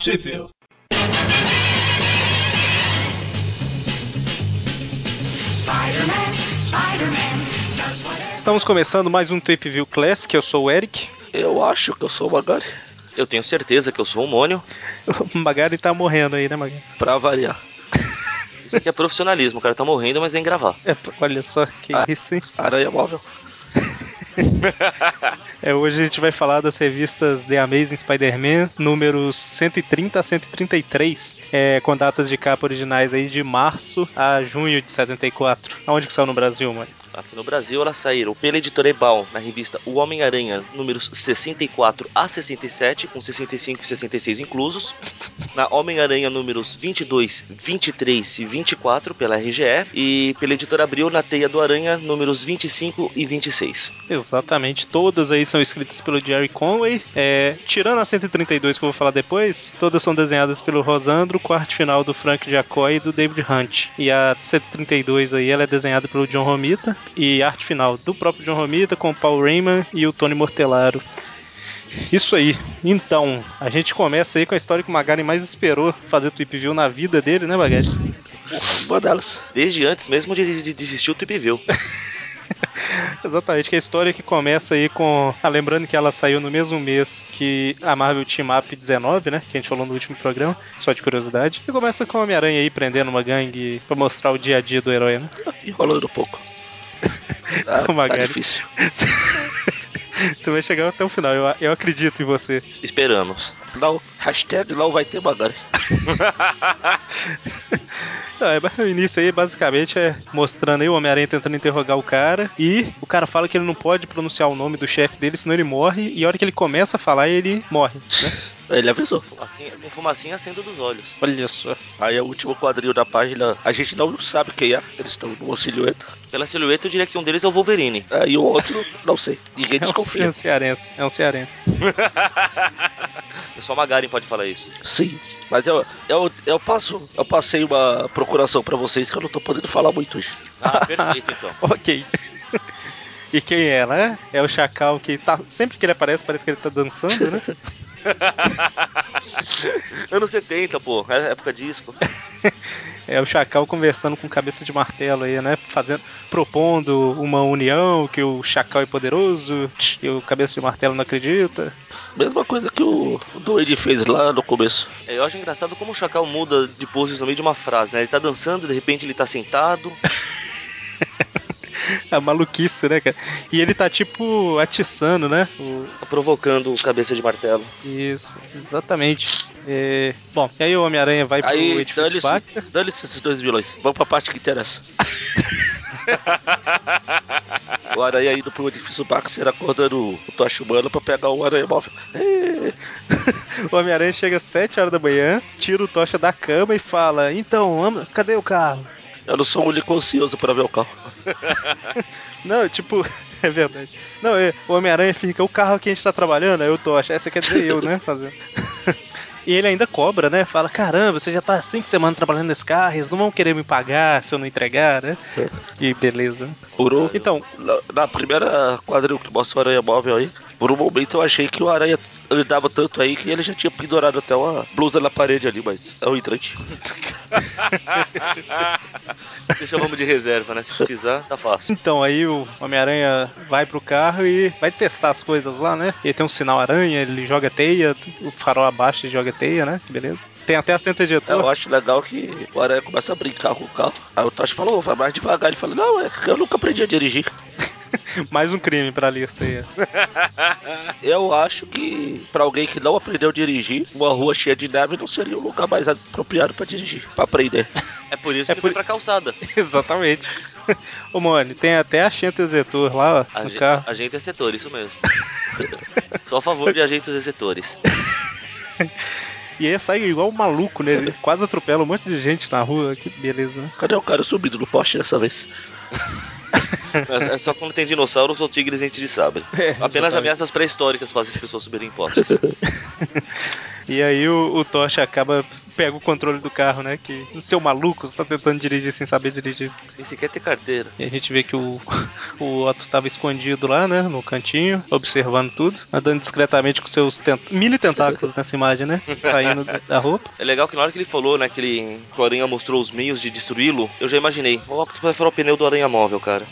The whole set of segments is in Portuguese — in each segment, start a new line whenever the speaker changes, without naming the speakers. Sheffield. Estamos começando mais um Tape View Classic, eu sou o Eric.
Eu acho que eu sou o Magari. Eu tenho certeza que eu sou o Mônio.
O Magari tá morrendo aí, né, Magari?
Pra variar. Isso aqui é profissionalismo, o cara tá morrendo, mas vem gravar.
É, olha só que
Ah.
isso, hein?
Aranha móvel.
É, hoje a gente vai falar das revistas The Amazing Spider-Man, números 130 a 133, é, com datas de capa originais aí de março a junho de 74. Aonde que saiu no Brasil, mano?
Aqui no Brasil elas saíram pela editora Ebal na revista O Homem-Aranha, números 64 a 67, com 65 e 66 inclusos. Na Homem-Aranha, números 22, 23 e 24, pela RGE. E pela editora Abril, na Teia do Aranha, números 25 e 26.
Exatamente, todas aí são escritas pelo Jerry Conway, é, tirando a 132 que eu vou falar depois, todas são desenhadas pelo Rosandro, com a arte final do Frank Jacói e do David Hunt. E a 132 aí, ela é desenhada pelo John Romita, e a arte final do próprio John Romita, com o Paul Raymond e o Tony Mortellaro. Isso aí. Então, a gente começa aí com a história que o Magari mais esperou fazer Tweep View na vida dele, né, Magari?
Boa delas. Desde antes mesmo de, de, de existir o Tripville.
Exatamente, que é a história que começa aí com. Ah, lembrando que ela saiu no mesmo mês que a Marvel Team Up 19, né? Que a gente falou no último programa, só de curiosidade. E começa com o Homem-Aranha aí prendendo uma gangue pra mostrar o dia a dia do herói, né?
Enrolando um pouco.
tá Magari.
difícil.
Você vai chegar até o final, eu, eu acredito em você.
Esperamos.
Não, hashtag não vai ter Magari.
Não, é, o início aí basicamente é mostrando aí o Homem-Aranha tentando interrogar o cara e o cara fala que ele não pode pronunciar o nome do chefe dele, senão ele morre, e a hora que ele começa a falar, ele morre, né?
Ele avisou.
Fumacinha, com fumacinha saindo dos olhos.
Olha só.
Aí é o último quadril da página. A gente não sabe quem é. Eles estão numa silhueta.
Pela silhueta, eu diria que um deles é o Wolverine.
É, E o outro, não sei. Ninguém
É um, é
desconfia.
um cearense, é um cearense.
Só Magaren pode falar isso.
Sim. Mas eu, eu, eu passo. Eu passei uma procuração pra vocês que eu não tô podendo falar muito hoje.
Ah, perfeito então.
Ok. E quem é, né? É o Chacal que tá. Sempre que ele aparece, parece que ele tá dançando, né?
Anos 70, pô. É época disco.
É o Chacal conversando com cabeça de martelo aí, né? Fazendo, propondo uma união, que o Chacal é poderoso, e o cabeça de martelo não acredita.
Mesma coisa que o, o Duende fez lá no começo.
É, Eu acho engraçado como o Chacal muda de poses no meio de uma frase, né? Ele tá dançando, de repente ele tá sentado.
É maluquice, né, cara? E ele tá tipo atiçando, né? O-
Provocando o cabeça de martelo.
Isso, exatamente. É, Bom, e aí o Homem-Aranha vai pro
Aí,
edifício
dane-se
Baxter.
dane esses dois vilões. Vamos pra parte que interessa. o aranha indo pro edifício Baxter acordando o Tocha Humana pra pegar o aranha móvel.
O Homem-Aranha chega às 7 horas da manhã, tira o tocha da cama e fala: Então, am- cadê o carro?
Eu não sou o único ansioso pra ver o carro.
Não, tipo, é verdade. Não, é, o Homem-Aranha fica: O carro que a gente tá trabalhando é o tocha. Essa quer dizer eu, né? Fazendo. E ele ainda cobra, né? Fala: Caramba, você já tá há 5 semanas trabalhando nesse carro, eles não vão querer me pagar se eu não entregar, né? E beleza.
Por um-
Então,
na, na primeira quadril que mostra o aranha móvel aí, por um momento eu achei que o aranha andava tanto aí que ele já tinha pendurado até uma blusa na parede ali, mas é um entrante.
Deixa vamos de reserva, né? Se precisar, tá fácil.
Então, aí o Homem-Aranha vai pro carro e vai testar as coisas lá, né? Ele tem um sinal aranha, ele joga teia, o farol abaixa e joga teia, né? Que beleza. Tem até a senta de
Eu acho legal que o aranha começa a brincar com o carro. Aí o Tosh falou, vai mais devagar. Ele falou, não, é que eu nunca aprendi a dirigir.
Mais um crime pra lista aí.
Eu acho que pra alguém que não aprendeu a dirigir, uma rua cheia de neve não seria o lugar mais apropriado pra dirigir, pra aprender.
É por isso
É
que
por-
ele foi pra calçada.
Exatamente. Ô, Mone, tem até a Xenta Exetor lá, ó, no
Agen-
carro.
Agente exetor, isso mesmo. Só a favor de agentes exetores.
E aí sai igual um maluco, né? Ele quase atropela um monte de gente na rua. Que beleza, né?
Cadê o cara subindo no poste dessa vez?
É só quando tem dinossauros ou tigres dente de sabre.
É,
Apenas ameaças pré-históricas fazem as pessoas subirem postes.
E aí o, o Tocha acaba pega o controle do carro, né? Que seu maluco, você tá tentando dirigir sem saber dirigir.
Sem sequer ter carteira.
E a gente vê que o, o Otto tava escondido lá, né? No cantinho, observando tudo, andando discretamente com seus tent... mini tentáculos nessa imagem, né? Saindo da- da roupa.
É legal que na hora que ele falou, né, que, ele, que o Aranha mostrou os meios de destruí-lo, eu já imaginei. Ó, tu vai furar o pneu do Aranha Móvel, cara.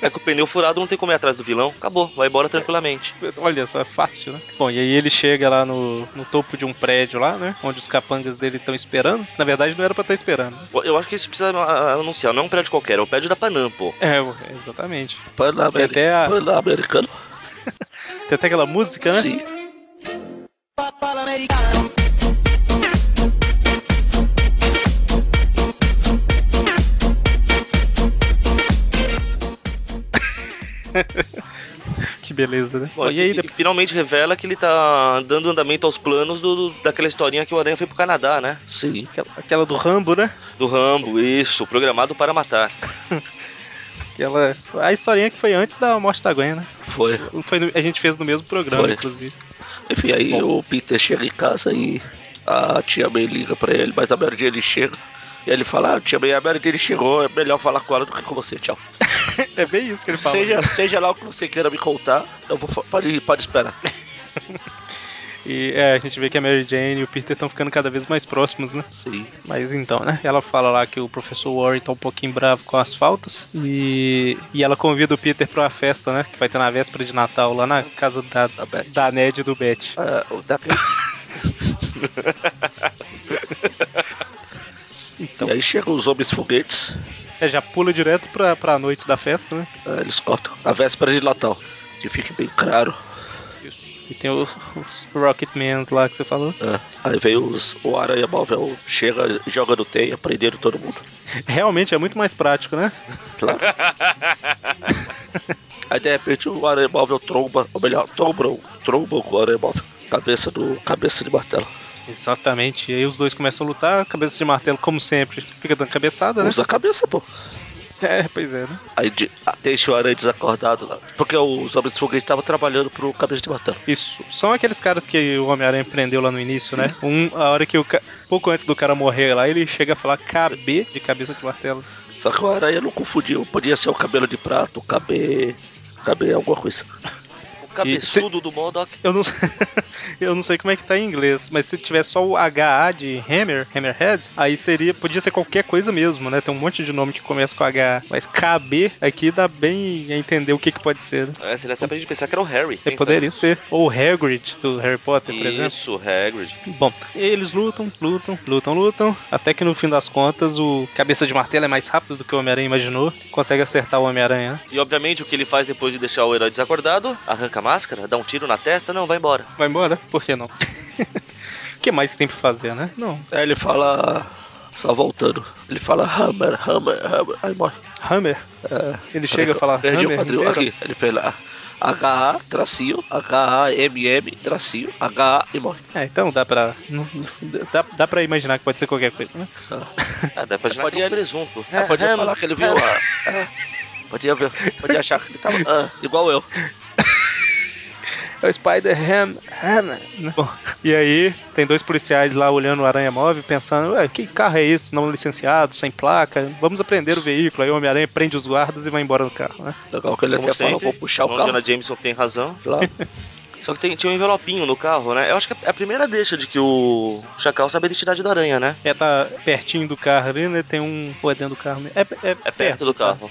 É que o pneu furado não tem como ir atrás do vilão. Acabou, vai embora tranquilamente.
Olha só, é fácil, né? Bom, e aí ele chega lá no, no topo de um prédio lá, né? Onde os capangas dele estão esperando. Na verdade, não era pra estar esperando.
Eu acho que isso precisa ah, anunciar, não é um prédio qualquer, é o prédio da Panam, pô.
É, é, exatamente.
Pan-Ameri-
Tem até a-
Pan-Americano.
Tem até aquela música, né?
Sim.
Que beleza, né?
Bom,
Bom, e aí,
ele finalmente revela que ele tá dando andamento aos planos do, do- daquela historinha que o Aranha foi pro Canadá, né?
Sim.
depois- aquela do Rambo, né?
Do Rambo, isso, programado para matar.
Aquela, a historinha que foi antes da morte da Gwen, né?
Foi.
Foi no- a gente fez no mesmo programa,
Foi.
inclusive.
Enfim, aí o Peter chega em casa e a tia May liga pra ele, mas a Mary Jane chega. E ele fala, ah, tia May, a Mary Jane chegou, é melhor falar com ela do que com você, tchau.
É bem isso que ele fala.
Seja, seja lá o que você queira me contar, eu vou fa- pode, pode esperar.
E é, a gente vê que a Mary Jane e o Peter estão ficando cada vez mais próximos, né?
Sim.
Mas então, né? Ela fala lá que o professor Warren tá um pouquinho bravo com as faltas e, e ela convida o Peter pra uma festa, né? Que vai ter na véspera de Natal lá na casa da,
Da Beth.
da Ned e do Bet.
tá Ah, o daquele-
Então,
E aí chegam os homens foguetes,
é, já pula direto pra, pra noite da festa, né?
ah, eles cortam a véspera de Natal, que fique bem claro.
E tem o- os Rocketmans lá que você falou.
Ah, Aí vem os, o Aranha Móvel, Então, chega, joga no teia, prenderam todo mundo.
Realmente é muito mais prático, né?
Claro. Aí de repente o aranha móvel tromba, ou melhor, trombam, trombam com o aranha móvel. Cabeça do. cabeça de martelo.
Exatamente. E aí os dois começam a lutar, cabeça de martelo, como sempre, fica dando cabeçada, né?
Usa a cabeça, pô.
É, pois é, né?
Aí de- ah, deixa o aranha desacordado lá. Porque os homens foguetes estavam trabalhando pro cabeça de martelo.
Isso. São aqueles caras que o Homem-Aranha prendeu lá no início, né? Um, a hora que o ca... pouco antes do cara morrer lá, ele chega a falar KB de cabeça de martelo.
Só que o aranha não confundiu, podia ser o cabelo de prato, o cabelo. cabelo alguma coisa.
O cabeçudo do Modok.
Eu não Eu não sei como é que tá em inglês, mas se tiver só o HA de Hammer, Hammerhead, aí seria podia ser qualquer coisa mesmo, né? Tem um monte de nome que começa com HA, mas KB aqui dá bem a entender o que que pode ser. Né?
É, você até pra gente pensar que era o Harry.
É,
pensa.
poderia ser ou Hagrid do Harry Potter, por exemplo.
Isso, Hagrid.
Bom, eles lutam, lutam, lutam, lutam, até que no fim das contas o cabeça de martelo é mais rápido do que o Homem-Aranha imaginou, consegue acertar o Homem-Aranha. né?
E obviamente o que ele faz depois de deixar o herói desacordado? Arranca a máscara, dá um tiro na testa, não, vai embora.
Vai embora? Por que não? O que mais tem pra fazer, né? Não.
Aí ele fala. Só voltando. Ele fala hammer, hammer, hammer. Aí morre.
Hammer.
É,
Ele
Peraí
chega
que
a
eu
falar
Perdi
Hammer
o quadril
inteiro?
aqui. Ele pela HA, tracinho, HAMM, tracinho, HA e morre.
É, então dá pra. não- Dá, dá pra imaginar que pode ser qualquer coisa, né?
Ah, dá pra imaginar
Pode
que é um
ele-
presunto.
Ah, podia
Ham-
falar que ele viu
Ham-
a. ah, Podia, ver, podia achar que ele tava ah, igual eu.
É o Spider Ham. Hammer. né? Bom, e aí tem dois policiais lá olhando o Aranha Móvel, pensando, ué, que carro é esse? Não licenciado, sem placa, vamos apreender o veículo. Aí o Homem-Aranha prende os guardas e vai embora do carro, né?
Legal que ele
Como
até
sempre,
falou, vou puxar o
Indiana
carro.
Jameson tem razão.
Claro.
Só que tem- tinha um envelopinho no carro, né? Eu acho que é a primeira deixa de que o Chacal sabe a identidade da aranha, né?
É, tá pertinho do carro ali, né? Tem um. Ou é dentro do carro mesmo? É, é, tá?
É perto
tá.
do carro.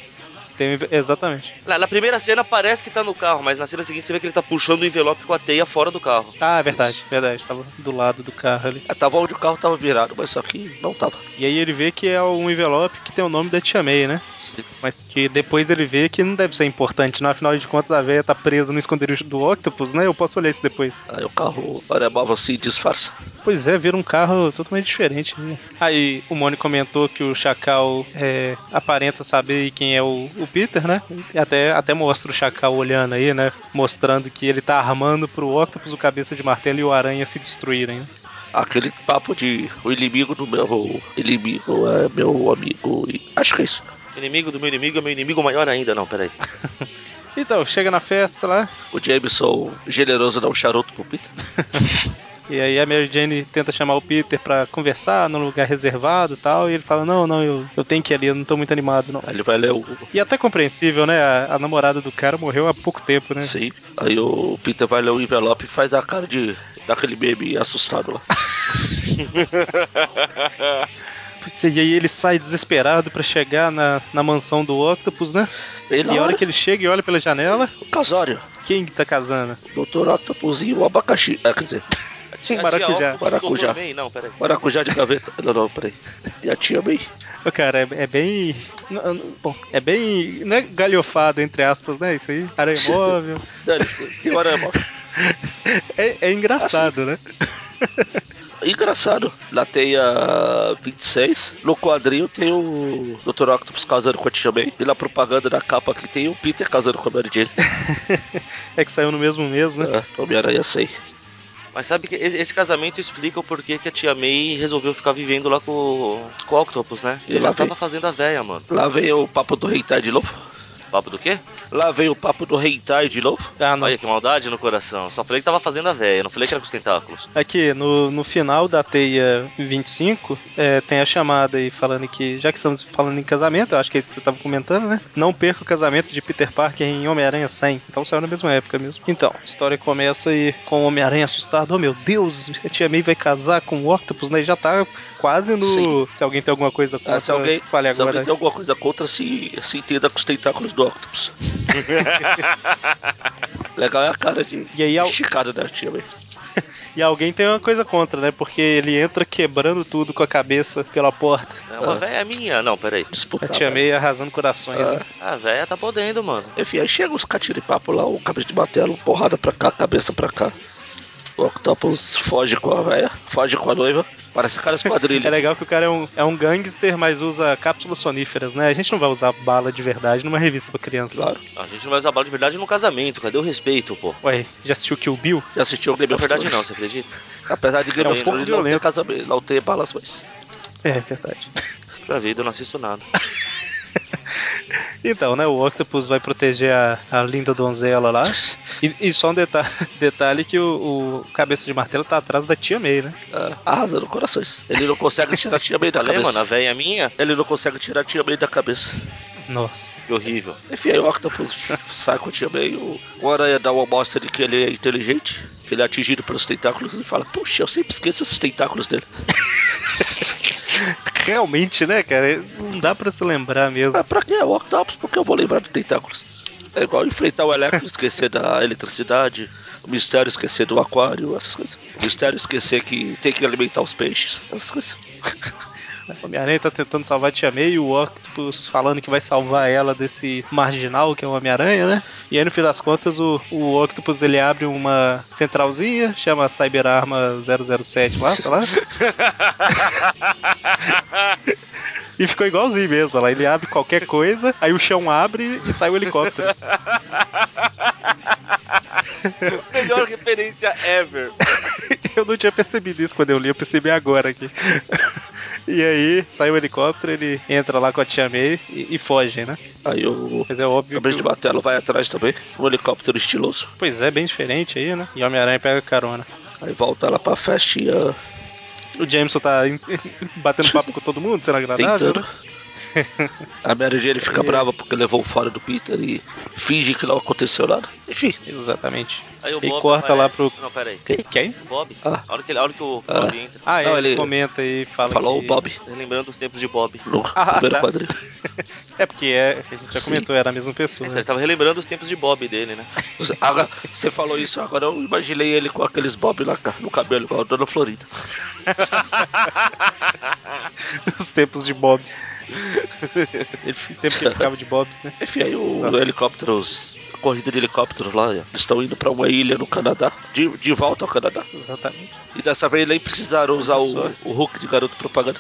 Tem, um exatamente.
Na, na primeira cena parece que tá no carro, mas na cena seguinte você vê que ele tá puxando o envelope com a teia fora do carro.
Ah, é verdade, verdade. Tava do lado do carro ali.
Ah, Tava onde o carro tava virado, mas só que não tava.
E aí ele vê que é um envelope que tem o nome da Tia May, né? Mas que depois ele vê que não deve ser importante, né? Afinal de contas, a velha tá presa no esconderijo do Octopus, né? Eu posso olhar isso depois.
Aí o carro arebava se disfarça.
Pois é, vira um carro totalmente diferente. Né? Aí o Mone comentou que o Chacal é, aparenta saber quem é o, o Peter, né? E Até, até mostra o Chacal olhando aí, né? Mostrando que ele tá armando pro Octopus o Cabeça de Martelo e o Aranha se destruírem. Né?
Aquele papo de o inimigo do meu. o inimigo é meu amigo. e- Acho que é isso.
Inimigo do meu inimigo é meu inimigo maior ainda. Não, peraí.
Então, chega na festa lá,
é O Jameson generoso dá um charuto pro Peter.
E aí a Mary Jane tenta chamar o Peter pra conversar num lugar reservado e tal. E ele fala: Não, não, eu, eu tenho que ir ali, eu não tô muito animado, não.
Aí ele vai ler o.
E até compreensível, né? A, a namorada do cara morreu há pouco tempo, né?
Sim. Aí o Peter vai ler o envelope e faz a cara de. daquele meme assustado lá.
E aí ele sai desesperado pra chegar na, na mansão do Octopus, né?
Ele
E a hora que ele chega e olha pela janela,
o casório.
quem que tá casando?
Doutor Octopus e o abacaxi. Ah, quer dizer,
A
maracujá.
tia Octopus
Maracujá.
comprou bem? Não, peraí.
maracujá de gaveta. Não, não, peraí. E a tia May.
Ô, Cara, é, é bem. n- n- Bom, é bem. Né, galhofado, entre aspas, né? Isso aí, aranha móvel.
Dane-se, tem hora móvel.
É, é engraçado, né?
Engraçado, na teia 26, no quadrinho tem o Dr. Octopus casando com a Tia May, e na propaganda da capa aqui tem o Peter casando com a Mary Jane.
É que saiu no mesmo mês, né?
É, Homem-Aranha 100.
Mas sabe que esse esse casamento explica o porquê que a tia May resolveu ficar vivendo lá com, o- com o Octopus, né?
E
Ele
lá
já
vem.
tava fazendo a véia, mano.
Lá vem o papo do Hentai de novo.
Papo do quê?
Lá vem o papo do Hentai de novo.
Ah, não.
Olha que maldade no coração. Só falei que tava fazendo a véia, não falei que era com os tentáculos.
Aqui, É no, no final da teia 25, é, tem a chamada aí falando que, já que estamos falando em casamento, eu acho que é isso que você estava comentando, né? Não perca o casamento de Peter Parker em Homem-Aranha 100. Então saiu na mesma época mesmo. Então, a história começa aí com o Homem-Aranha assustado. Oh meu Deus, a tia May vai casar com o Octopus, né? E Já tá quase no.
Sim.
Se alguém tem alguma coisa contra,
Ah, se alguém,
fale
se
agora.
alguém tem alguma coisa contra, se, se entenda com os tentáculos do Octopus. Legal é a cara de
E aí, al-
esticada da Tia May.
e alguém tem uma coisa contra, né? Porque ele entra quebrando tudo com a cabeça pela porta.
É uma
Ah.
véia minha. Não, peraí.
A
Disputada.
tia May arrasando corações,
Tá Ah.
né?
A véia tá podendo, mano.
Enfim, aí chega os catiripapo lá, o cabeça de martelo, porrada pra cá, cabeça pra cá. O Octopus foge com a véia, foge com a noiva. Parece cara esquadrilha.
É legal que o cara é um, é um gangster, mas usa cápsulas soníferas, né? A gente não vai usar bala de verdade numa revista pra criança.
Claro.
A gente não vai usar bala de verdade no casamento. Cadê o respeito, pô?
Ué, já assistiu Kill Bill?
Já assistiu o Game
Na
of
verdade não,
Thrones?
você acredita?
Apesar de Game
É um
of
pouco
Thrones não tem
violento.
casamento, não tem balas, mas...
É, é verdade.
Pra vida, eu não assisto nada.
Então, né, o Octopus vai proteger a, a linda donzela lá. E, e só um deta detalhe que o, o Cabeça de Martelo tá atrás da Tia May, né?
ah, arrasando corações. Ele não consegue tirar a Tia May da
Falei,
cabeça.
mano, a véia é minha?
Ele não consegue tirar a Tia May da cabeça.
Nossa.
Que horrível.
Enfim, aí o Octopus sai com a Tia May. O, o Aranha dá uma amostra de que ele é inteligente, que ele é atingido pelos tentáculos e fala: Puxa, eu sempre esqueço esses tentáculos dele.
Realmente, né, cara? Não dá pra se lembrar mesmo.
Ah, pra que é o Octopus? Porque eu vou lembrar de tentáculos. É igual enfrentar o Electro, esquecer da eletricidade, o mistério esquecer do aquário, essas coisas. O mistério esquecer que tem que alimentar os peixes, essas coisas.
O Homem-Aranha tá tentando salvar a Tia May e o Octopus falando que vai salvar ela desse marginal que é o Homem-Aranha, né? E aí no fim das contas o, o Octopus ele abre uma centralzinha, chama CyberArma 007 lá, sei lá. E ficou igualzinho mesmo, olha lá. Ele abre qualquer coisa, aí o chão abre e sai o helicóptero.
Melhor referência ever.
Eu não tinha percebido isso quando eu li, eu percebi agora aqui. E aí, sai o helicóptero, ele entra lá com a Tia May e, e foge, né?
Aí o
Mas é óbvio
cabeça
que
de martelo vai atrás também, um helicóptero estiloso.
Pois é, bem diferente aí, né? E Homem-Aranha pega carona.
Aí volta lá pra festinha,
O Jameson tá em- batendo papo com todo mundo, sendo agradável.
tentando.
Né?
A Mary Jane fica brava porque levou o fora do Peter e finge que não aconteceu nada. Enfim,
Exatamente.
Aí o
Ele
Bob
corta lá
aparece. Não, peraí.
Quem?
O Bob?
Ah.
A hora que, ele- a hora que o
Ah.
Bob entra.
Ah,
Não,
ele,
ele-
comenta e fala.
falou
que-
o Bob
Lembrando dos tempos de Bob.
no
Ah,
primeiro
tá.
quadrinho.
É porque é, a gente já
Sim.
comentou, era a mesma pessoa.
Então,
né?
ele tava relembrando os tempos de Bob dele, né?
Agora, você falou isso, agora eu imaginei ele com aqueles bob lá ca- no cabelo, igual a Dona Florinda. Então.
Os tempos de Bob. Ele, o tempo que ele ficava de Bobs, né?
Enfim, aí o
Nossa.
helicóptero, os- a corrida de helicópteros lá, eles estão indo pra uma ilha no Canadá, de, de volta ao Canadá.
Exatamente.
E dessa vez nem precisaram usar o,
Olha
o Hulk de garoto propaganda.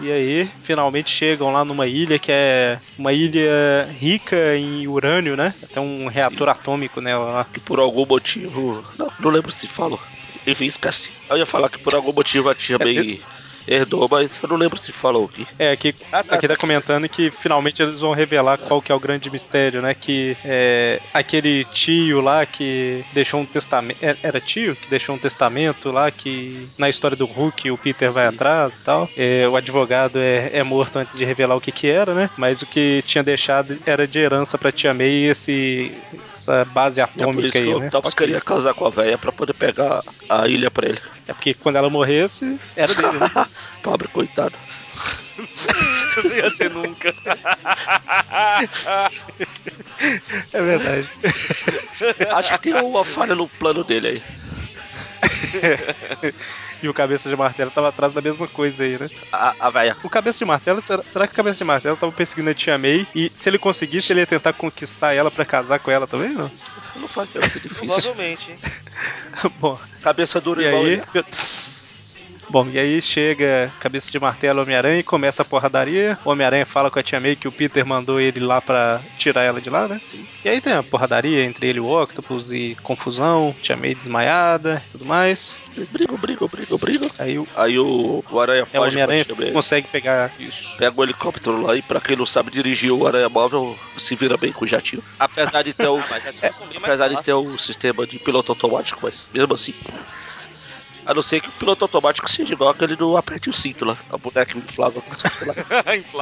E aí, finalmente chegam lá numa ilha que é uma ilha rica em urânio, né? Tem um reator atômico nela lá.
Que por algum
Uhum.
motivo. Não, não lembro se falou. Enfim, esquece. Eu ia falar que por algum motivo a tia
É,
May herdou, mas eu não lembro se falou aqui.
É, aqui,
Ah, tá,
aqui tá
tá.
comentando que finalmente eles vão revelar qual que é o grande mistério, né? Que é, aquele tio lá que deixou um testamento. Era tio que deixou um testamento lá que na história do Hulk o Peter vai
Sim.
atrás e tal. É, o advogado é, é morto antes de revelar o que que era, né? Mas o que tinha deixado era de herança pra tia May esse, essa base
E é por
atômica
isso que
aí,
o
né?
Octopus queria casar com a véia pra poder pegar a ilha pra ele.
É porque quando ela morresse, era dele, né?
Pobre coitado.
Não ia ter nunca.
É verdade.
Acho que tem uma falha no plano dele aí.
E o cabeça de martelo tava atrás da mesma coisa aí, né?
A, a véia.
O Cabeça de Martelo, será, será que o Cabeça de Martelo tava perseguindo a Tia May? E se ele conseguisse, ele ia tentar conquistar ela pra casar com ela também, não?
Não faz tempo que é difícil.
Provavelmente, hein?
Bom,
Cabeça dura
e
igual
aí...
ele.
Bom, e aí chega Cabeça de Martelo Homem-Aranha e começa a porradaria. O Homem-Aranha fala com a Tia May que o Peter mandou ele lá pra tirar ela de lá, né?
Sim.
E aí tem a porradaria entre ele e o Octopus e confusão, Tia May desmaiada e tudo mais.
Eles brigam, brigam, brigam, brigam.
Aí o,
Aí o, o Aranha
é, o
foge
Homem-Aranha
pra ele.
consegue pegar...
Isso. Pega o helicóptero lá e pra quem não sabe dirigir o Aranha Móvel se vira bem com o jatinho. assim. Apesar de ter o,
Ah, mas assim. já
É,
tinha são bem mais
apesar de ter o
fáceis.
sistema de piloto automático, mas mesmo assim. A não ser que o piloto automático seja igual aquele do aperte o cinto lá. A boneca inflável. sei lá.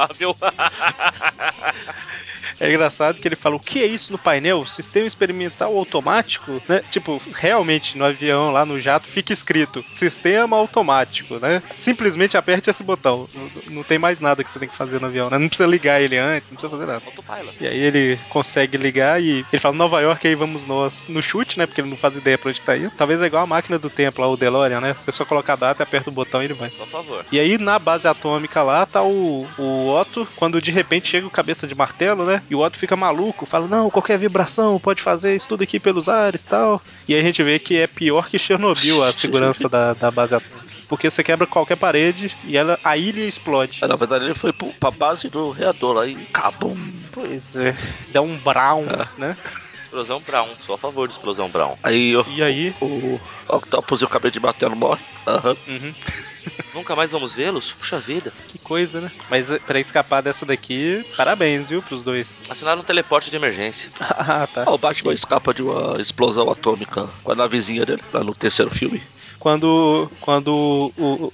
Inflável.
É engraçado que ele fala: o que é isso no painel? Sistema experimental automático? Né? Tipo, realmente no avião, lá no jato, fica escrito: sistema automático, né? Simplesmente aperte esse botão. Não, não tem mais nada que você tem que fazer no avião, né? Não precisa ligar ele antes, não precisa fazer nada.
Autopilot.
E aí ele consegue ligar e ele fala Nova York, aí vamos nós no chute, né? Porque ele não faz ideia pra onde que tá indo. Talvez é igual a máquina do tempo lá, o DeLorean, né? Você só coloca a data, aperta o botão e ele vai.
Por favor.
E aí na base atômica lá tá o, o Otto, quando de repente chega o cabeça de martelo, né? E o Otto fica maluco, fala, não, qualquer vibração pode fazer isso tudo aqui pelos ares e tal. E aí a gente vê que é pior que Chernobyl a segurança da, da base atômica. Porque você quebra qualquer parede e ela, a ilha explode.
Ah, Na verdade ele foi pro, pra base do reador lá em Cabum.
Pois é. Dá um brown,
Ah.
né?
Explosão Brown. Sou a favor de explosão Brown.
Aí o,
E aí.
o Octopus e o cabelo de martelo morre. Aham.
uhum,
Nunca mais vamos vê-los? Puxa vida.
que coisa, né? Mas eh, pra escapar dessa daqui, parabéns, viu, pros dois.
Assinaram um teleporte de emergência.
ah, tá.
Ah, o Batman escapa de uma explosão atômica com a navezinha dele, lá no terceiro filme.
quando quando o, o-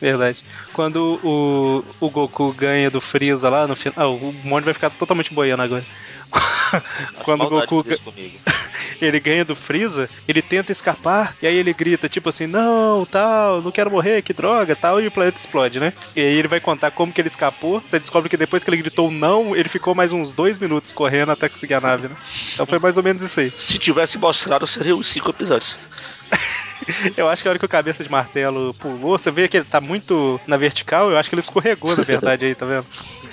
verdade quando o, o Goku ganha do Freeza lá no final ah, o Monte vai ficar totalmente boiando agora
Acho
quando o
maldade
Goku
fazer isso comigo.
ele ganha do Freeza ele tenta escapar e aí ele grita tipo assim não tal não quero morrer que droga tal e o planeta explode né e aí ele vai contar como que ele escapou você descobre que depois que ele gritou não ele ficou mais uns dois minutos correndo até conseguir a nave né então foi mais ou menos isso aí
Se tivesse mostrado, seriam os cinco episódios.
Eu acho que a hora que o cabeça de martelo pulou, você vê que ele tá muito na vertical, eu acho que ele escorregou, na verdade, aí, tá vendo?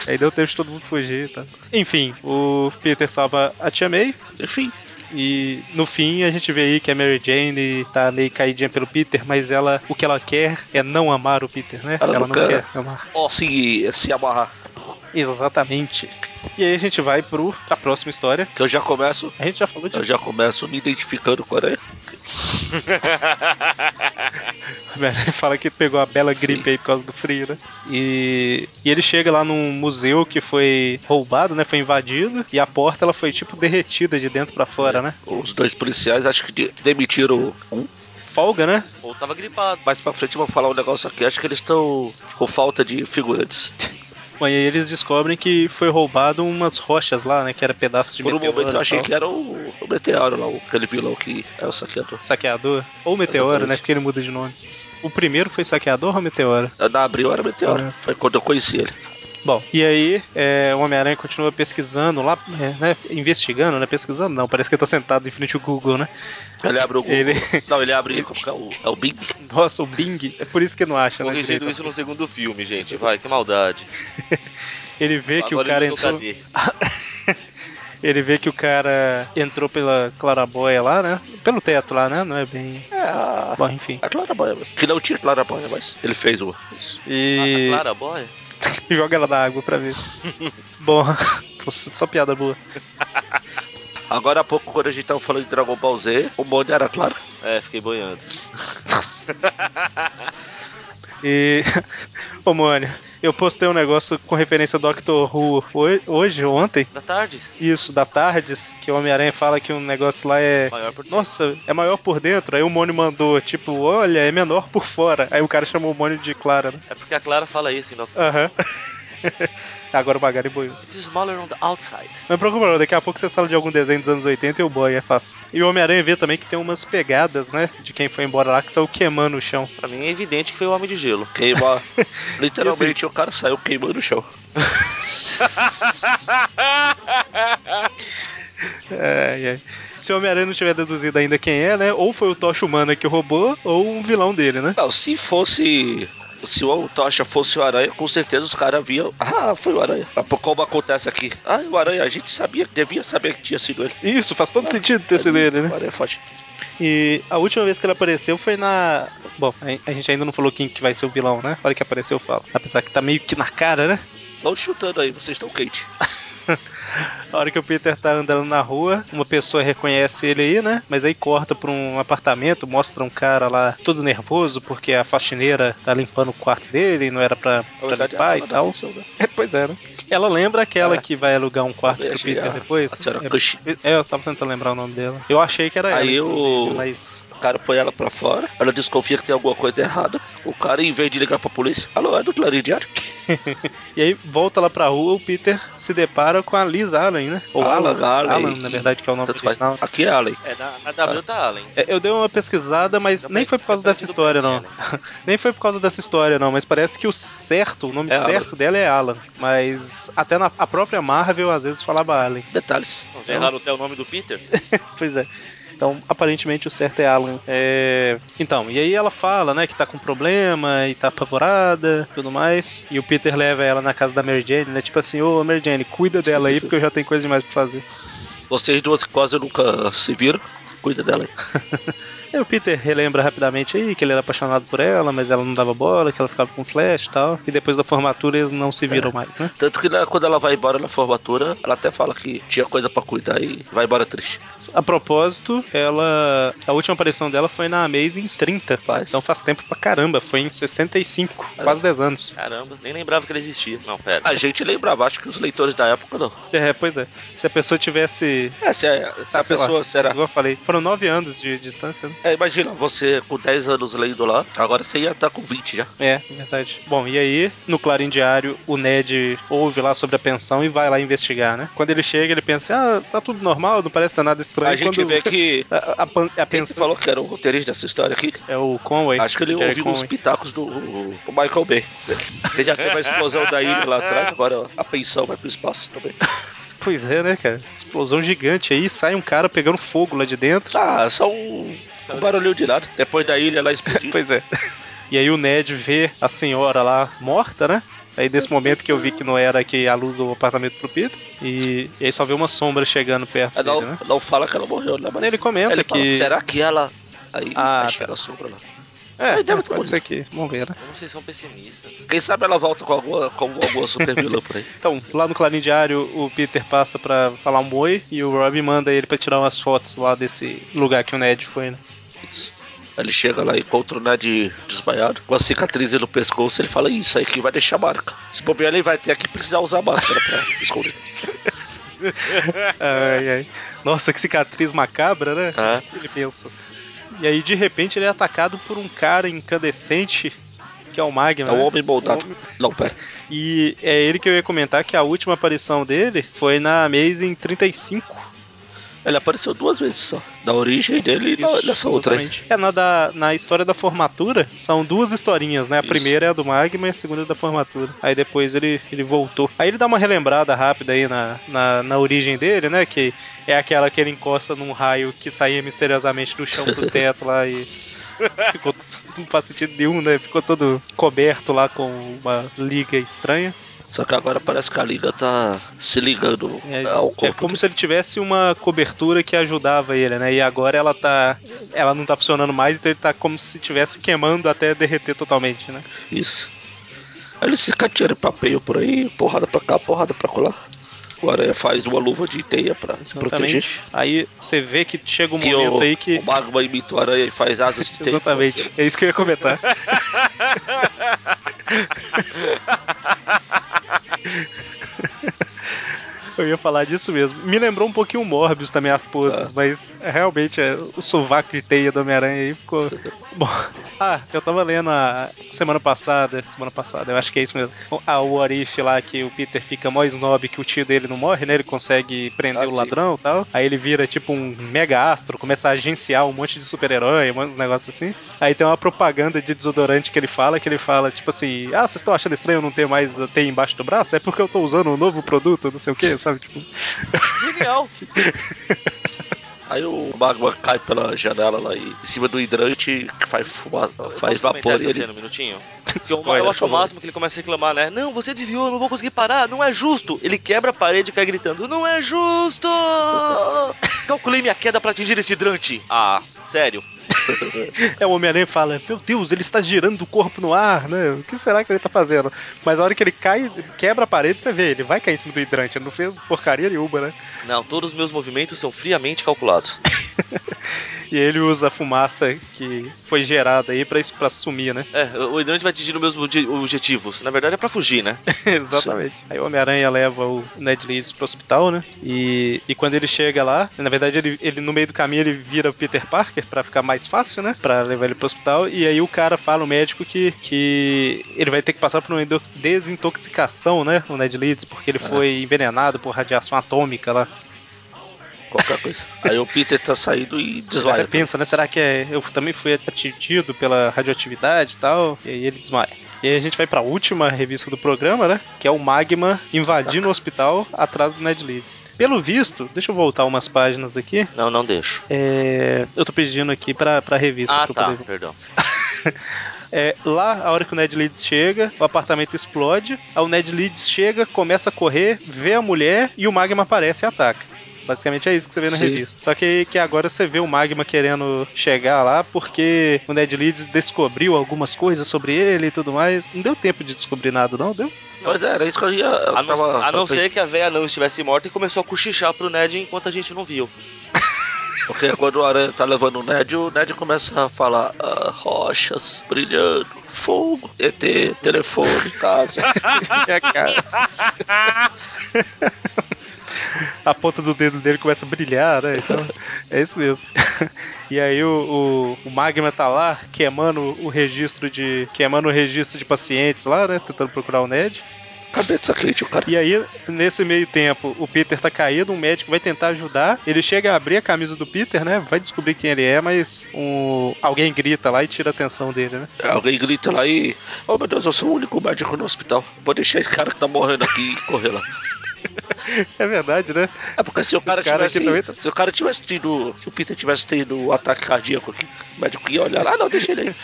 Aí deu tempo de todo mundo fugir, tá? Enfim, o Peter salva a Tia May
Enfim,
e no fim a gente vê aí que a Mary Jane tá meio caidinha pelo Peter, mas ela, o que ela quer é não amar o Peter, né?
Ela não quer.
amar.
ó, se, se amarrar.
Exatamente. E aí a gente vai pro, pra próxima história.
Que eu já começo.
A gente já falou de
Eu já começo me identificando com o Aranha.
Ele fala que pegou a bela gripe aí por causa do frio, né? E, e ele chega lá num museu que foi roubado, né? Foi invadido. E a porta, ela foi tipo derretida de dentro pra fora, né?
Os dois policiais acho que de- demitiram um.
Folga, né?
Ou tava gripado.
Mais pra frente eu vou falar um negócio aqui. Acho que eles estão com falta de figurantes.
Bom, e aí eles descobrem que foi roubado umas rochas lá, né? Que era pedaço de
Por um
meteoro tá?
momento eu
e
achei
tal.
que era o, o Meteoro lá, o- aquele vilão que é o saqueador.
Saqueador. Ou meteoro,
Exatamente.
né? Porque ele muda de nome. O primeiro foi saqueador ou meteoro?
Na abril Ah, era Meteoro.
É.
Foi quando eu conheci ele.
Bom, e aí é, o Homem-Aranha continua pesquisando lá, é, né? Investigando, né? Pesquisando não, parece que ele tá sentado em frente ao Google, né?
Ele abre o Google.
Ele-
Não, ele abre como que é o, é o Bing.
Nossa, o Bing. É por isso que não acha, né?
Corrigindo
direito?
isso no segundo filme, gente. Vai, que maldade.
Ele vê que o
Agora
cara
ele usou
entrou.
KD.
Ele vê que o cara entrou pela claraboia lá, né? Pelo teto lá, né? Não é bem.
É a,
Bom, enfim.
a Claraboia. mesmo. Que não tinha Claraboia, mas ele fez uma. Isso.
E
Ah, Clara Boy?
joga ela na água pra ver. Bom, nossa, só piada boa.
Agora há pouco, quando a gente tava falando de Dragon Ball Z, o Mônio era claro.
É, fiquei boiando.
E. Ô, Mônio, eu postei um negócio com referência ao Doctor Who ho- hoje ou ontem.
Da Tardes.
Isso, da Tardes, que o Homem-Aranha fala que um negócio lá é.
Maior por
Nossa, é maior por dentro? Aí o Mônio mandou, tipo, olha, é menor por fora. Aí o cara chamou o Mônio de Clara, né?
É porque a Clara fala isso, então.
Aham. Agora o Magari boiou.
It's smaller on the outside.
Não preocupa, não. Daqui a pouco você fala de algum desenho dos anos 80 e o boy é fácil. E o Homem-Aranha vê também que tem umas pegadas, né? De quem foi embora lá que saiu queimando o chão.
Pra mim é evidente que foi o Homem de Gelo.
Queimar.
E
Literalmente
esses-
o cara saiu queimando o chão.
É, é. Se o Homem-Aranha não tiver deduzido ainda quem é, né? Ou foi o Tocha Humana que roubou, ou um vilão dele, né?
Não, se fosse. Se o Tocha fosse o Aranha, com certeza os caras viam. Ah, foi o Aranha. Ah, pô, Como acontece aqui? Ah, o Aranha, a gente sabia, devia saber que tinha sido ele.
Isso, faz todo sentido ter sido ele, né?
O Aranha foge.
E a última vez que ele apareceu foi na. Bom, a- a gente ainda não falou quem que vai ser o vilão, né? A hora que apareceu, eu falo. Apesar que tá meio que na cara, né?
Vão chutando aí, vocês estão quentes.
A hora que o Peter tá andando na rua, uma pessoa reconhece ele aí, né? Mas aí corta pra um apartamento, mostra um cara lá todo nervoso porque a faxineira tá limpando o quarto dele e não era pra, pra
tá
limpar e tal. É, pois é, né? Ela lembra aquela
É.
que vai alugar um quarto pro
Deixa
Peter
a-
depois?
a senhora
é,
Cush.
é, eu tava tentando lembrar o nome dela. Eu achei que era
Aí
ela,
o-
inclusive, mas...
O cara põe ela pra fora, ela desconfia que tem alguma coisa errada. O cara, em vez de ligar pra polícia, alô, é do Clarim Diário?
E aí volta lá pra rua, o Peter se depara com a Liz Allen, né? Ou
Alan, Allen.
Alan, na verdade, que é o nome
Tanto faz.
original.
Aqui é Allen.
É, na, na W tá Allen.
É, Eu dei uma pesquisada, mas
Não,
nem
mas
foi por
é
causa
tá
dessa
parecido
história,
com
não. nem foi por causa dessa história, não. Mas parece que o certo, o nome
É Alan.
certo dela é Alan. Mas até na a própria Marvel às vezes falava Alan.
Detalhes.
Não, já erraram até o nome do Peter?
Pois é. Então, aparentemente o certo é Alan. É, Então, e aí ela fala, né, que tá com problema e tá apavorada tudo mais. E o Peter leva ela na casa da Mary Jane, né? Tipo assim, ô Mary Jane, cuida dela aí, porque eu já tenho coisa demais pra fazer.
Vocês duas que quase nunca se viram. Cuida dela aí.
E o Peter relembra rapidamente aí que ele era apaixonado por ela, mas ela não dava bola, que ela ficava com flash e tal. E depois da formatura eles não se viram mais, né?
Tanto que né, quando ela vai embora na formatura, ela até fala que tinha coisa pra cuidar e vai embora triste.
A propósito, ela. A última aparição dela foi na Amazing 30.
Faz.
Então faz tempo pra caramba, foi em 65, quase 10 anos.
Caramba, nem lembrava que ele existia. Não, pera.
A gente lembrava, acho que os leitores da época não.
É, pois é. Se a pessoa tivesse.
É, se, a- se a
sei
pessoa
lá,
será.
Igual eu falei, foram 9 anos de distância, né?
É, imagina, você com 10 anos lendo lá, agora você ia estar com 20 já.
É, verdade. Bom, e aí, no Clarim Diário, o Ned ouve lá sobre a pensão e vai lá investigar, né? Quando ele chega, ele pensa, ah, tá tudo normal, não parece ter nada estranho.
a gente
Quando-
vê que.
A, a, pan- a
Quem você
pensão
falou que era o roteirista dessa história aqui?
é o Conway.
Acho que ele
Jerry
ouviu
Conway.
os pitacos do do Michael Bay. Porque já teve a explosão da ilha lá atrás, agora a pensão vai pro espaço também.
Pois é, né, cara? Explosão gigante aí, sai um cara pegando fogo lá de dentro.
Ah, só um, um barulhinho de nada. Depois da ilha lá explodiu.
Pois é. E aí o Ned vê a senhora lá morta, né? Aí nesse momento que eu vi que não era que a luz do apartamento pro Peter. E, e aí só vê uma sombra chegando perto
Não,
dele, né?
não fala que ela morreu, né?
Mas
Mas
ele comenta
É ele
que.
fala, será que ela. Aí
Ah,
acho
tá.
que ela sombra lá.
É,
Ele deve ter
pode ser que. Vamos ver, né?
Como vocês são pessimistas.
Quem sabe ela volta com alguma, com alguma super vilã por aí.
Então, lá no Clarim Diário, o Peter passa pra falar um oi e o Rob manda ele pra tirar umas fotos lá desse lugar que o Ned foi, né?
Isso. Ele chega lá e encontra o Ned desmaiado, com a cicatriz no pescoço. Ele fala: Isso aqui vai deixar marca. Se bobear, ele vai ter que precisar usar máscara pra esconder.
Ai, ai. Nossa, que cicatriz macabra, né?
Ah,
Ele pensa. E aí, de repente, ele é atacado por um cara incandescente, que é o Magma.
É um
né?
homem moldado.
Um homem-
Não, pera.
E é ele que eu ia comentar que a última aparição dele foi na Amazing 35.
Ele apareceu duas vezes só. Na origem dele e na,
Isso,
nessa outra aí.
exatamente. É, na, da- na história da formatura, são duas historinhas, né? A
Isso.
primeira é a do Magma e a segunda é da formatura. Aí depois ele, ele voltou. Aí ele dá uma relembrada rápida aí na, na, na origem dele, né? Que é aquela que ele encosta num raio que saía misteriosamente do chão pro teto lá e. Ficou, não faz sentido nenhum, né? Ficou todo coberto lá com uma liga estranha.
Só que agora parece que a liga tá se ligando
É,
ao
é
Ah, corpo.
como se ele tivesse uma cobertura que ajudava ele, né? E agora ela tá. Ela não tá funcionando mais, então ele tá como se estivesse queimando até derreter totalmente, né?
Isso. Aí ele se cateando papel por aí, porrada pra cá, porrada pra colar. O Aranha faz uma luva de teia pra se proteger.
Exatamente. Aí você vê que chega um
Que
momento
o,
aí que.
o Magma imita o Aranha e faz asas de teia.
Exatamente, é isso que eu ia comentar. Eu ia falar disso mesmo. Me lembrou um pouquinho o Morbius também, as poses, mas é, realmente é, o sovaco de teia do Homem-Aranha aí ficou. Bom, ah, eu tava lendo a semana passada, semana passada, eu acho que é isso mesmo. A o Arif lá que o Peter fica mó snob que o tio dele não morre, né? Ele consegue prender
Ah,
o
sim.
ladrão e tal. Aí ele vira tipo um mega astro, começa a agenciar um monte de super-herói, uns negócios assim. Aí tem uma propaganda de desodorante que ele fala, que ele fala, tipo assim, ah, vocês estão achando estranho eu não ter mais a teia embaixo do braço? É porque eu tô usando um novo produto, não sei o que, sabe? Tipo,
Genial.
Aí o Magma cai pela janela lá e em cima do hidrante que faz fumaça, faz
Posso comentar
vapor. E
essa cena
ele,
um minutinho? Porque eu,
Vai,
eu
por
acho o
favor.
máximo que ele começa a reclamar, né? Não, você desviou, eu não vou conseguir parar, não é justo. Ele quebra a parede e cai gritando: Não é justo! Calculei minha queda pra atingir esse hidrante. Ah, sério.
é o Homem-Aranha fala, meu Deus, ele está girando o corpo no ar, né? O que será que ele tá fazendo? Mas a hora que ele cai, ele quebra a parede, você vê, ele vai cair em cima do hidrante, ele não fez porcaria nenhuma, né?
Não, todos os meus movimentos são friamente calculados.
E ele usa a fumaça que foi gerada aí pra, pra sumir, né?
É, o hidrante vai atingir os meus obje- objetivos. Na verdade é pra fugir, né?
Exatamente. Aí o Homem-Aranha leva o Ned Leeds pro hospital, né? E, e quando ele chega lá, na verdade, ele, ele no meio do caminho ele vira Peter Parker pra ficar mais fácil, né? Pra levar ele pro hospital. E aí o cara fala, o médico, que, que ele vai ter que passar por uma indo- desintoxicação, né? O Ned Leeds, porque ele foi envenenado por radiação atômica lá.
qualquer coisa. Aí o Peter tá saindo
Ele
e
até
desmaia.
pensa, né? Será que é- eu também fui atingido pela radioatividade e tal? E aí ele desmaia. E aí a gente vai pra última revista do programa, né? Que é o Magma invadindo o hospital atrás do Ned Leeds. Pelo visto, deixa eu voltar umas páginas aqui.
Não, não deixo.
É, eu tô pedindo aqui pra, pra revista.
Ah,
pra eu
tá,
poder ver.
perdão.
É, lá, a hora que o Ned Leeds chega, o apartamento explode. Aí o Ned Leeds chega, começa a correr, vê a mulher e o Magma aparece e ataca. Basicamente é isso que você vê na
Sim.
revista. Só que, que agora você vê o Magma querendo chegar lá porque o Ned Leeds descobriu algumas coisas sobre ele e tudo mais. Não deu tempo de descobrir nada, não? Deu?
Pois é, era isso que eu ia. eu
A não,
tava-
a não
tava
ser que a véia não estivesse morta e começou a cochichar pro Ned enquanto a gente não viu.
Porque quando o Aranha tá levando o Ned, o Ned começa a falar ah, rochas brilhando, fogo, ET, telefone, casa.
É, cara. a ponta do dedo dele começa a brilhar, né? Então, é isso mesmo. E aí o, o, o Magma tá lá queimando o registro de. queimando o registro de pacientes lá, né? Tentando procurar o Ned.
Cabeça quente, o cara.
E aí, nesse meio tempo, o Peter tá caído, um médico vai tentar ajudar. Ele chega a abrir a camisa do Peter, né? Vai descobrir quem ele é, mas um... alguém grita lá e tira a atenção dele, né?
Alguém grita lá e. Oh meu Deus, eu sou o único médico no hospital. Vou deixar esse cara que tá morrendo aqui e correr lá.
É verdade, né?
É porque se o cara,
cara aqui
tivesse.
também tá-
Se o cara tivesse tido. Se o Peter tivesse tido um ataque cardíaco aqui, o médico ia olhar lá, ah, não, deixa ele aí.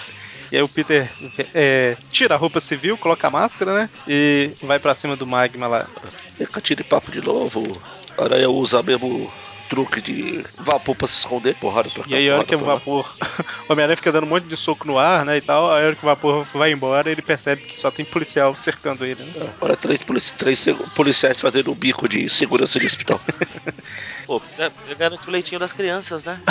E aí o Peter é, tira a roupa civil, coloca a máscara, né? E vai pra cima do magma lá.
Ele Catira e papo de novo. O Aranha usa mesmo truque de vapor pra se esconder, porrada pra cá.
E aí a hora
porrada
que o
pra lá.
vapor. O Homem-Aranha fica dando um monte de soco no ar, né? E tal. A hora que o vapor vai embora, ele percebe que só tem policial cercando ele, né?
Olha, três, polici- três segu- policiais fazendo um bico de segurança de hospital.
Pô, precisa, precisa garantir o leitinho das crianças, né?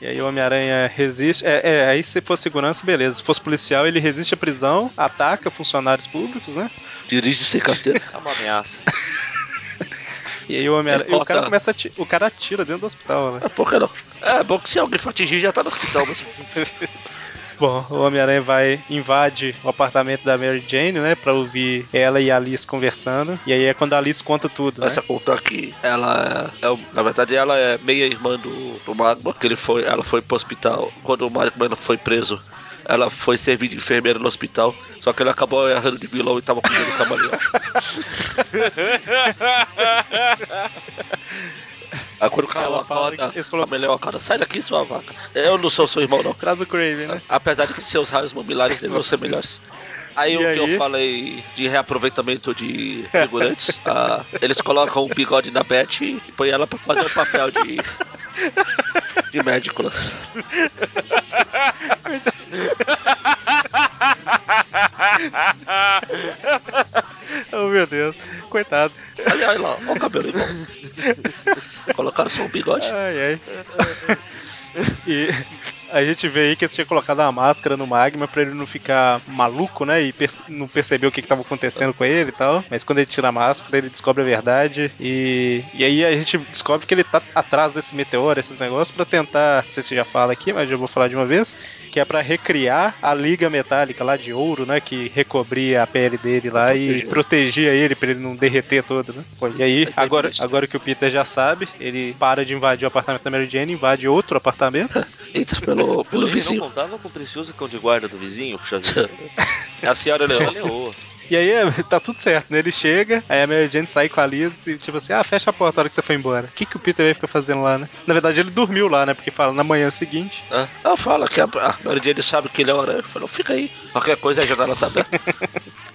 E aí o Homem-Aranha resiste. É, é, aí se for segurança, beleza. Se fosse policial, ele resiste à prisão, ataca funcionários públicos, né?
Dirige sem carteira.
É uma ameaça.
E aí o Homem-Aranha. e o cara
Corta.
começa a ati- O cara atira dentro do hospital, né?
Ah, por que não? É bom que se alguém for atingir já tá no hospital, mas
Bom, o Homem-Aranha vai, invade o apartamento da Mary Jane, né? Pra ouvir ela e a Alice conversando. E aí é quando a Alice conta tudo, né?
essa contar que ela é, é um- na verdade ela é meia irmã do, do Magma, que ele foi, ela foi pro hospital quando o Magma foi preso. Ela foi servir de enfermeira no hospital, só que ele acabou errando de vilão e tava comendo camaleão. Aí quando o cara
Ela fala
acorda,
que eles
a
colocam-
melhor cara, sai daqui sua vaca. Eu não sou seu irmão não.
Traz o Craven, né?
Apesar de que seus raios mamilares deveriam ser melhores. Aí
E
o que
aí?
eu falei de reaproveitamento de figurantes, ah, eles colocam um bigode na Beth e põem ela pra fazer o papel de. de médico. lá.
Oh, meu Deus. Coitado. Oh,
Aí, olha lá, olha o cabelo igual. Colocaram só um bigode.
Ai, ai. E a gente vê aí que eles tinham colocado a máscara no Magma pra ele não ficar maluco, né? E perce- não perceber o que, que tava acontecendo com ele e tal. Mas quando ele tira a máscara, ele descobre a verdade. E, e aí a gente descobre que ele tá atrás desse meteoro, esses negócios, pra tentar. Não sei se já fala aqui, mas eu vou falar de uma vez. Que é pra recriar a liga metálica lá de ouro, né? Que recobria a pele dele lá e
proteger.
protegia ele pra ele não derreter todo, né? Pô, E aí, agora, agora que o Peter já sabe, ele para de invadir o apartamento da Mary Jane, invade outro apartamento.
Entra pelo, pelo
Ele não
vizinho.
contava com o precioso cão de guarda do vizinho, puxa vida.
A senhora
Ela
Leão.
leoa.
E aí é, tá tudo certo, né? Ele chega, aí a Mary Jane sai com a Liz e tipo assim, ah, fecha a porta a hora que você foi embora. O que, que o Peter vai ficar fazendo lá, né? Na verdade ele dormiu lá, né? Porque fala na manhã seguinte.
Ela fala que a, a Mary Jane sabe que ele é o aranha. Falou, fica aí. Qualquer coisa a janela tá aberta.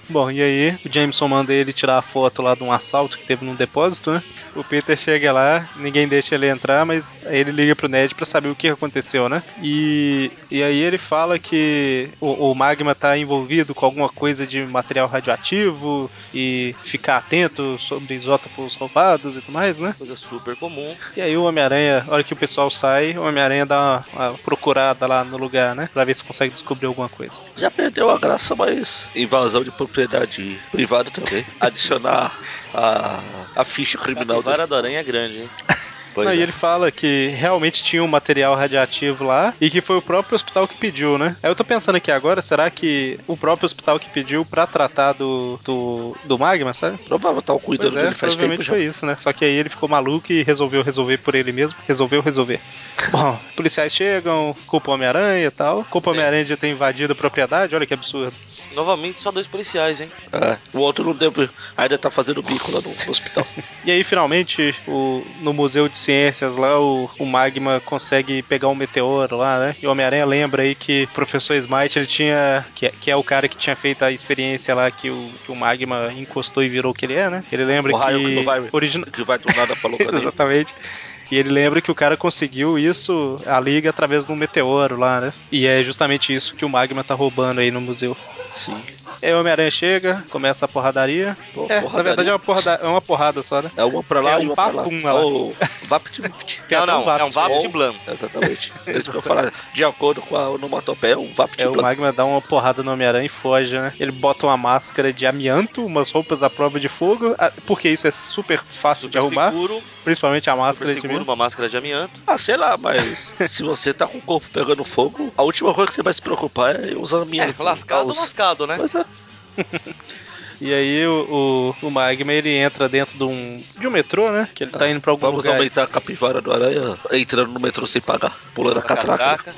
Bom, e aí o Jameson manda ele tirar a foto lá de um assalto que teve num depósito, né? O Peter chega lá, ninguém deixa ele entrar, mas aí ele liga pro Ned pra saber o que aconteceu, né? E, e aí ele fala que o, o Magma tá envolvido com alguma coisa de material radioativo e ficar atento sobre isótopos roubados e tudo mais, né?
Coisa super comum.
E aí o Homem-Aranha, a hora que o pessoal sai, o Homem-Aranha dá uma, uma procurada lá no lugar, né? Pra ver se consegue descobrir alguma coisa.
Já perdeu a graça, mas invasão de propriedade privada também. Adicionar a, a ficha
A
criminal dele.
vara da aranha é grande, hein?
Aí
Pois é.
ele fala que realmente tinha um material radioativo lá e que foi o próprio hospital que pediu, né? Aí eu tô pensando aqui agora, será que o próprio hospital que pediu pra tratar do, do, do magma, sabe?
Provavelmente tá cuidando
Pois é,
dele faz tempo
provavelmente
já.
foi isso, né? Só que aí ele ficou maluco e resolveu resolver por ele mesmo. Resolveu resolver. Bom, policiais chegam, culpa o Homem-Aranha e tal. Culpa o
Sim.
Homem-Aranha de ter invadido a propriedade, olha que absurdo.
Novamente, só dois policiais, hein?
É, o outro não deve. Ainda tá fazendo bico lá no no hospital.
E aí, finalmente, o- no Museu de Ciências lá, o, o Magma consegue pegar um meteoro lá, né? E o Homem-Aranha lembra aí que o professor Smite, ele tinha. Que é, que é o cara que tinha feito a experiência lá que o, que o Magma encostou e virou o que ele é, né? Ele lembra
O raio
que.
que não vai-
origina-
Que vai do nada pra lugar nenhum.
Exatamente. E ele lembra que o cara conseguiu isso, a liga, através de um meteoro lá, né? E é justamente isso que o Magma tá roubando aí no museu.
Sim.
Aí o Homem-Aranha chega, começa a porradaria.
Pô,
É, na
porradaria.
verdade é uma, porrada, é uma porrada só, né?
É uma pra lá
É
e
um
uma pra lá.
papum, ela.
Ou Vapt-Vupt.
Não, não, é um vapo de
Vapt.
blanco.
Exatamente. É isso que eu falar. De acordo com a onomatopeia, é um vapt
É, o
blanco.
Magma dá uma porrada no Homem-Aranha e foge, né? Ele bota uma máscara de amianto, umas roupas à prova de fogo, a- porque isso é super fácil de
Super
arrumar,
seguro,
principalmente a
super
máscara de
seguro,
amianto.
uma máscara de amianto.
Ah, sei lá, mas se você tá com o corpo pegando fogo, a última coisa que você vai se preocupar é usar a minha.
É, lascado ou lascado, né?
Pois é.
E aí o, o, o Magma, ele entra dentro de um, de um metrô, né? Que ele tá indo pra algum
Vamos
lugar.
aumentar a capivara do aranha entrando no metrô sem pagar, pulando a catraca.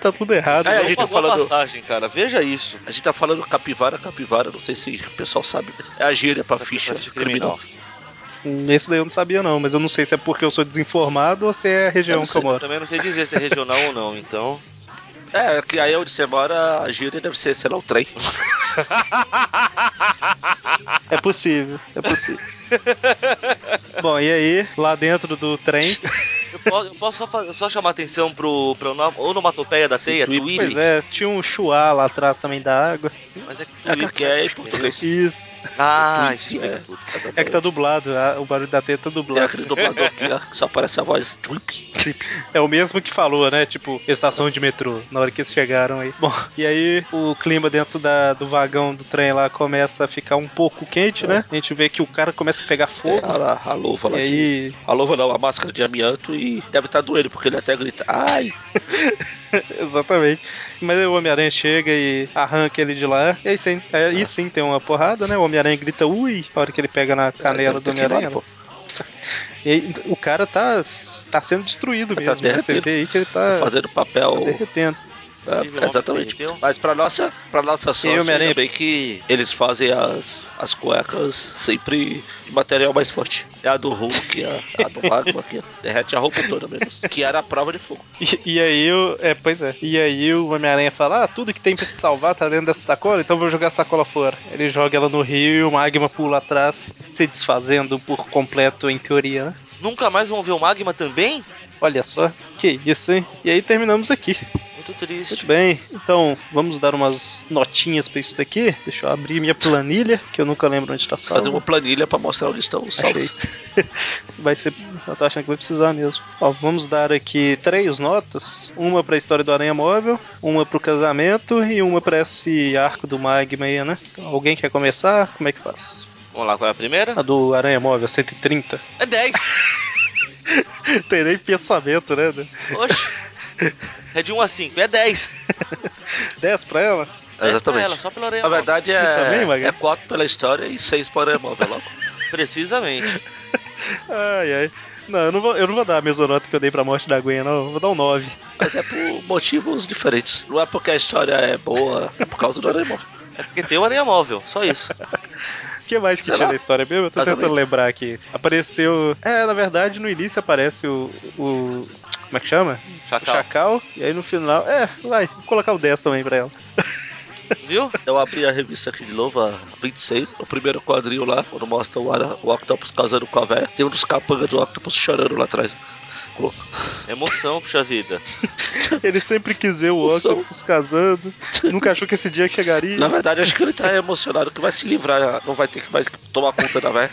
Tá tudo errado.
É,
né?
a gente
uma
tá
boa
falando-
passagem, cara. Veja isso.
A gente tá falando capivara, capivara, não sei se o pessoal sabe, mas é a gíria pra ficha
ficha
criminal.
criminal.
Hum, Esse daí eu não sabia não, mas eu não sei se é porque eu sou desinformado ou se é a
Eu
região
não
que eu
Eu
moro.
também não sei dizer se é regional ou não, então.
É, que aí onde você mora, a gíria deve ser, sei lá, o trem.
É possível, é possível. Bom, e aí, lá dentro do trem,
Eu posso, eu posso só, fa- só chamar atenção pro, pra ono- onomatopeia da teia,
tweet,
Twip.
pois é, tinha um chuá lá atrás também da água.
Mas é que
É
Twip
que é em português.
Isso.
Ah, isso
Tweet,
explica
é.
tudo.
É que tá dublado, a- o barulho da teia tá
Tem
dublado.
É aquele dublador aqui, ó, que ah, só aparece a voz Drip.
É o mesmo que falou, né? Tipo, estação de metrô, na hora que eles chegaram aí. Bom, e aí o clima dentro da, do vagão do trem lá começa a ficar um pouco quente, né? A gente vê que o cara começa a pegar
É,
fogo.
a, a louva lá.
e
de-
aí,
A louva não, a máscara de amianto e deve estar doendo, porque ele até grita. Ai!
Exatamente. Mas aí o Homem-Aranha chega e arranca ele de lá. E aí sim, aí sim tem uma porrada, né? O Homem-Aranha grita ui, na hora que ele pega na canela
deve
do
ter queimado,
Homem-Aranha. né?
pô.
E aí, o cara tá, tá sendo destruído
Tá
mesmo. né? Você
derretendo.
vê aí que ele tá,
Tá fazendo
tá
papel.
derretendo.
É, exatamente. Mas pra nossa, pra nossa sorte,
Homem-Aranha?
ainda bem que eles fazem as, as cuecas sempre de material mais forte. É a do Hulk, a, a do Magma aqui. ó. Derrete a roupa toda mesmo. Que era a prova de fogo.
E, e aí o. É, pois é. E aí o Homem-Aranha fala: Ah, tudo que tem pra te salvar tá dentro dessa sacola, então eu vou jogar a sacola fora. Ele joga ela no rio e o Magma pula atrás, se desfazendo por completo em teoria, né?
Nunca mais vão ver o Magma também?
Olha só, que isso, hein? E aí terminamos aqui.
Muito triste.
Muito bem, então vamos dar umas notinhas pra isso daqui. Deixa eu abrir minha planilha, que eu nunca lembro onde tá
Fazer um
salvo.
uma planilha pra mostrar onde estão os
Achei.
saldos.
vai ser. Eu tô achando que vai precisar mesmo. Ó, vamos dar aqui três notas: uma pra história do Aranha Móvel, uma pro casamento e uma pra esse arco do Magma aí, né? Então, alguém quer começar? Como é que faz?
Vamos lá, qual é a primeira?
A do Aranha Móvel, 130.
É 10.
Tem nem pensamento, né?
Oxe. É de 1 a 5, é 10.
10 pra ela?
10
Exatamente.
Pra ela, só pela orelha.
Na verdade
Também,
é,
Magal?
é 4 pela história e 6 para o imóvel logo.
Precisamente.
Ai, ai. Não, eu não vou, eu não vou dar a mesma nota que eu dei pra morte da Gwen, não. Eu Vou dar um 9.
Mas é por motivos diferentes. Não é porque a história é boa, é por causa do Aranha
É porque tem o aranha móvel, só isso.
O que mais que
Sei
tinha
lá.
na história mesmo? Eu tô
Mais ou
tentando
menos.
lembrar aqui. Apareceu. É, na verdade, no início aparece o. o... Como é que chama? O
Chacal.
Chacal. E aí no final. É, vai, vou colocar o 10 também pra ela.
Viu?
Eu abri a revista aqui de novo, a 26, o primeiro quadril lá, quando mostra o, ara, o Octopus casando com a velha. Tem um dos capangas do Octopus chorando lá atrás. Colo-
Emoção, puxa vida.
Ele sempre quis ver o
Eu sou-
Octopus casando. Nunca achou que esse dia chegaria.
Na verdade, acho que ele tá emocionado que vai se livrar, não vai ter que mais tomar conta da velha.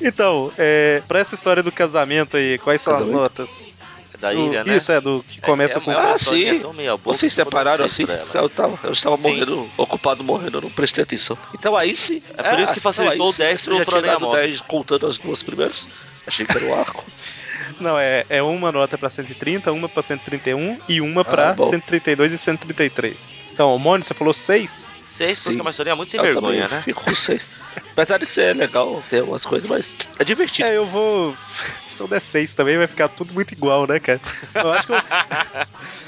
Então, é, pra essa história do casamento aí, quais são
Casamento?
as notas?
É da
Do-
ilha, né?
Isso, é, do que começa
é,
com.
É uma
Ah,
história que
sim.
é tão meia boca
Vocês
que eu vou dar
separaram
um seis
assim?
pra ela.
Eu tava, eu estava
Sim.
morrendo, ocupado morrendo, não prestei atenção. Então aí sim.
É por isso que facilitou
então aí
o 10
sim,
pro-
eu já
pro
tinha
Aranha
dado
Móvel.
10 contando as duas primeiras. Achei que era o arco.
Não, é, é uma nota pra 130, uma pra 131 e uma pra
bom.
132 e 133. Então, Mônica, você falou 6?
Seis, porque
Sim.
é uma história muito sem
Eu
vergonha,
também
né?
Fico tá com 6. Apesar de que é legal, tem algumas coisas, mas é divertido.
É, eu vou. Se eu der 6 também, vai ficar tudo muito igual, né, cara? Eu acho que eu,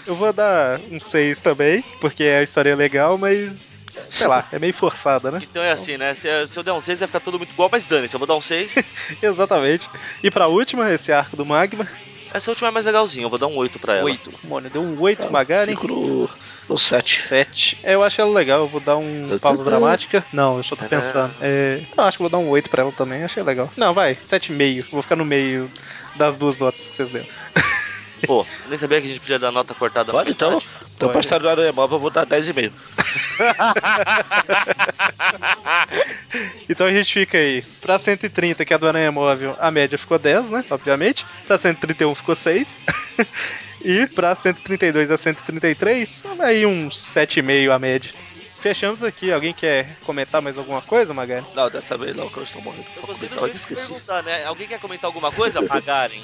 eu vou dar um 6 também, porque é a história legal, mas. Sei lá, é meio forçada, né?
Então é assim, né? Se, se eu der um 6, vai ficar tudo muito igual, mas dane-se, eu vou dar um 6.
Exatamente. E pra última, esse arco do Magma.
Essa última é mais legalzinha, eu vou dar um 8 pra ela.
8. Mônica, deu um 8
Então,
Magari.
Fico no, no 7.
7. É, eu acho ela legal, eu vou dar um
Tá, tá,
pausa
tá.
dramática. Não, eu só tô pensando. É, então, acho que eu vou dar um 8 pra ela também, achei legal. Não, vai, 7,5. Vou ficar no meio das duas notas que vocês deram.
Pô, nem sabia que a gente podia dar nota cortada. na
Pode então.
metade.
Então, pra estar no Aranha Móvel, eu vou dar 10,5.
Então a gente fica aí. Pra 130, que é a do Aranha Móvel, a média ficou 10, né? Obviamente. Pra 131 ficou 6. e pra 132 a 133, aí um 7,5 a média. Fechamos aqui. Alguém quer comentar mais alguma coisa, Magari?
Não, dessa vez não, que eu estou morrendo. Então,
Eu
Eu
gostei do
comentava,
jeito de
esqueci.
perguntar, né? Alguém quer comentar alguma coisa? Pagarem.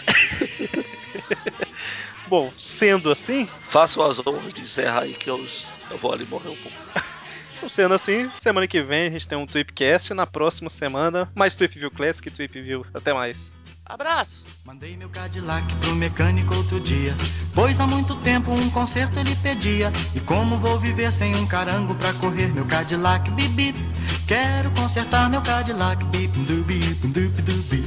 Bom, sendo assim,
Façam as honras de encerrar aí que eu, eu vou ali morrer um pouco.
sendo assim, semana que vem a gente tem um Tweepcast. Na próxima semana, mais Tweepview Classic e Tweepview. Até mais.
Abraços!
Mandei meu Cadillac pro mecânico outro dia, pois há muito tempo um conserto ele pedia. E como vou viver sem um carango pra correr meu Cadillac bip bip? Quero consertar meu Cadillac bip du bip du du bip.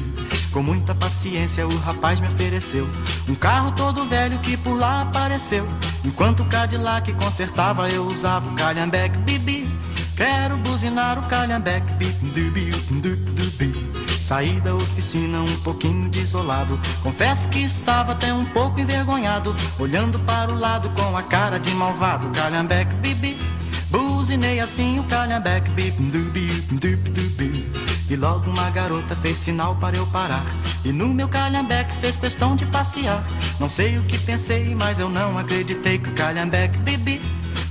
Com muita paciência o rapaz me ofereceu um carro todo velho que por lá apareceu. Enquanto o Cadillac consertava eu usava o Calhambeck bip bip. Quero buzinar o Calhambeck bip du bip du du bip. Saí da oficina um pouquinho desolado. Confesso que estava até um pouco envergonhado, olhando para o lado com a cara de malvado. Calhambeck bibi, buzinei assim o calhambeck bip, dubi, dubi, dubi. E logo uma garota fez sinal para eu parar. E no meu calhambeck fez questão de passear. Não sei o que pensei, mas eu não acreditei que o calhambeck bibi.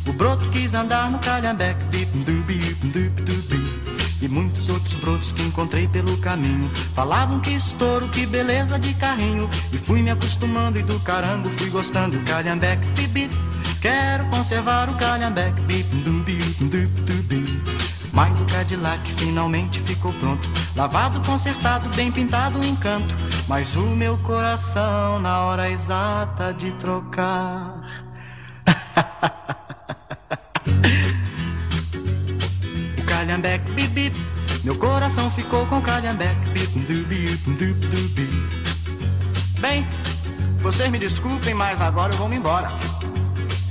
O broto quis andar no calhambeck bip, dubi, dubi, dubi. E muitos outros brotos que encontrei pelo caminho Falavam que estouro, que beleza de carrinho E fui me acostumando e do carango fui gostando E o calhambeque bip, bip Quero conservar o calhambeque bip, dum, bip, dup, dup, bip. Mas o Cadillac finalmente ficou pronto Lavado, consertado, bem pintado, um encanto Mas o meu coração na hora exata de trocar o calhambeque bip bip. Meu coração ficou com o calhambeque bip du, bip du, du, bip. Bem, vocês me desculpem, mas agora eu vou me embora.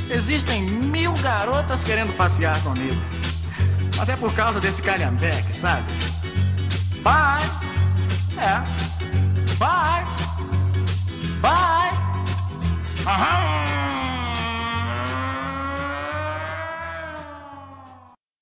Existem mil garotas querendo passear comigo. Mas é por causa desse calhambeque, sabe? Bye! É. Bye! Bye! Aham!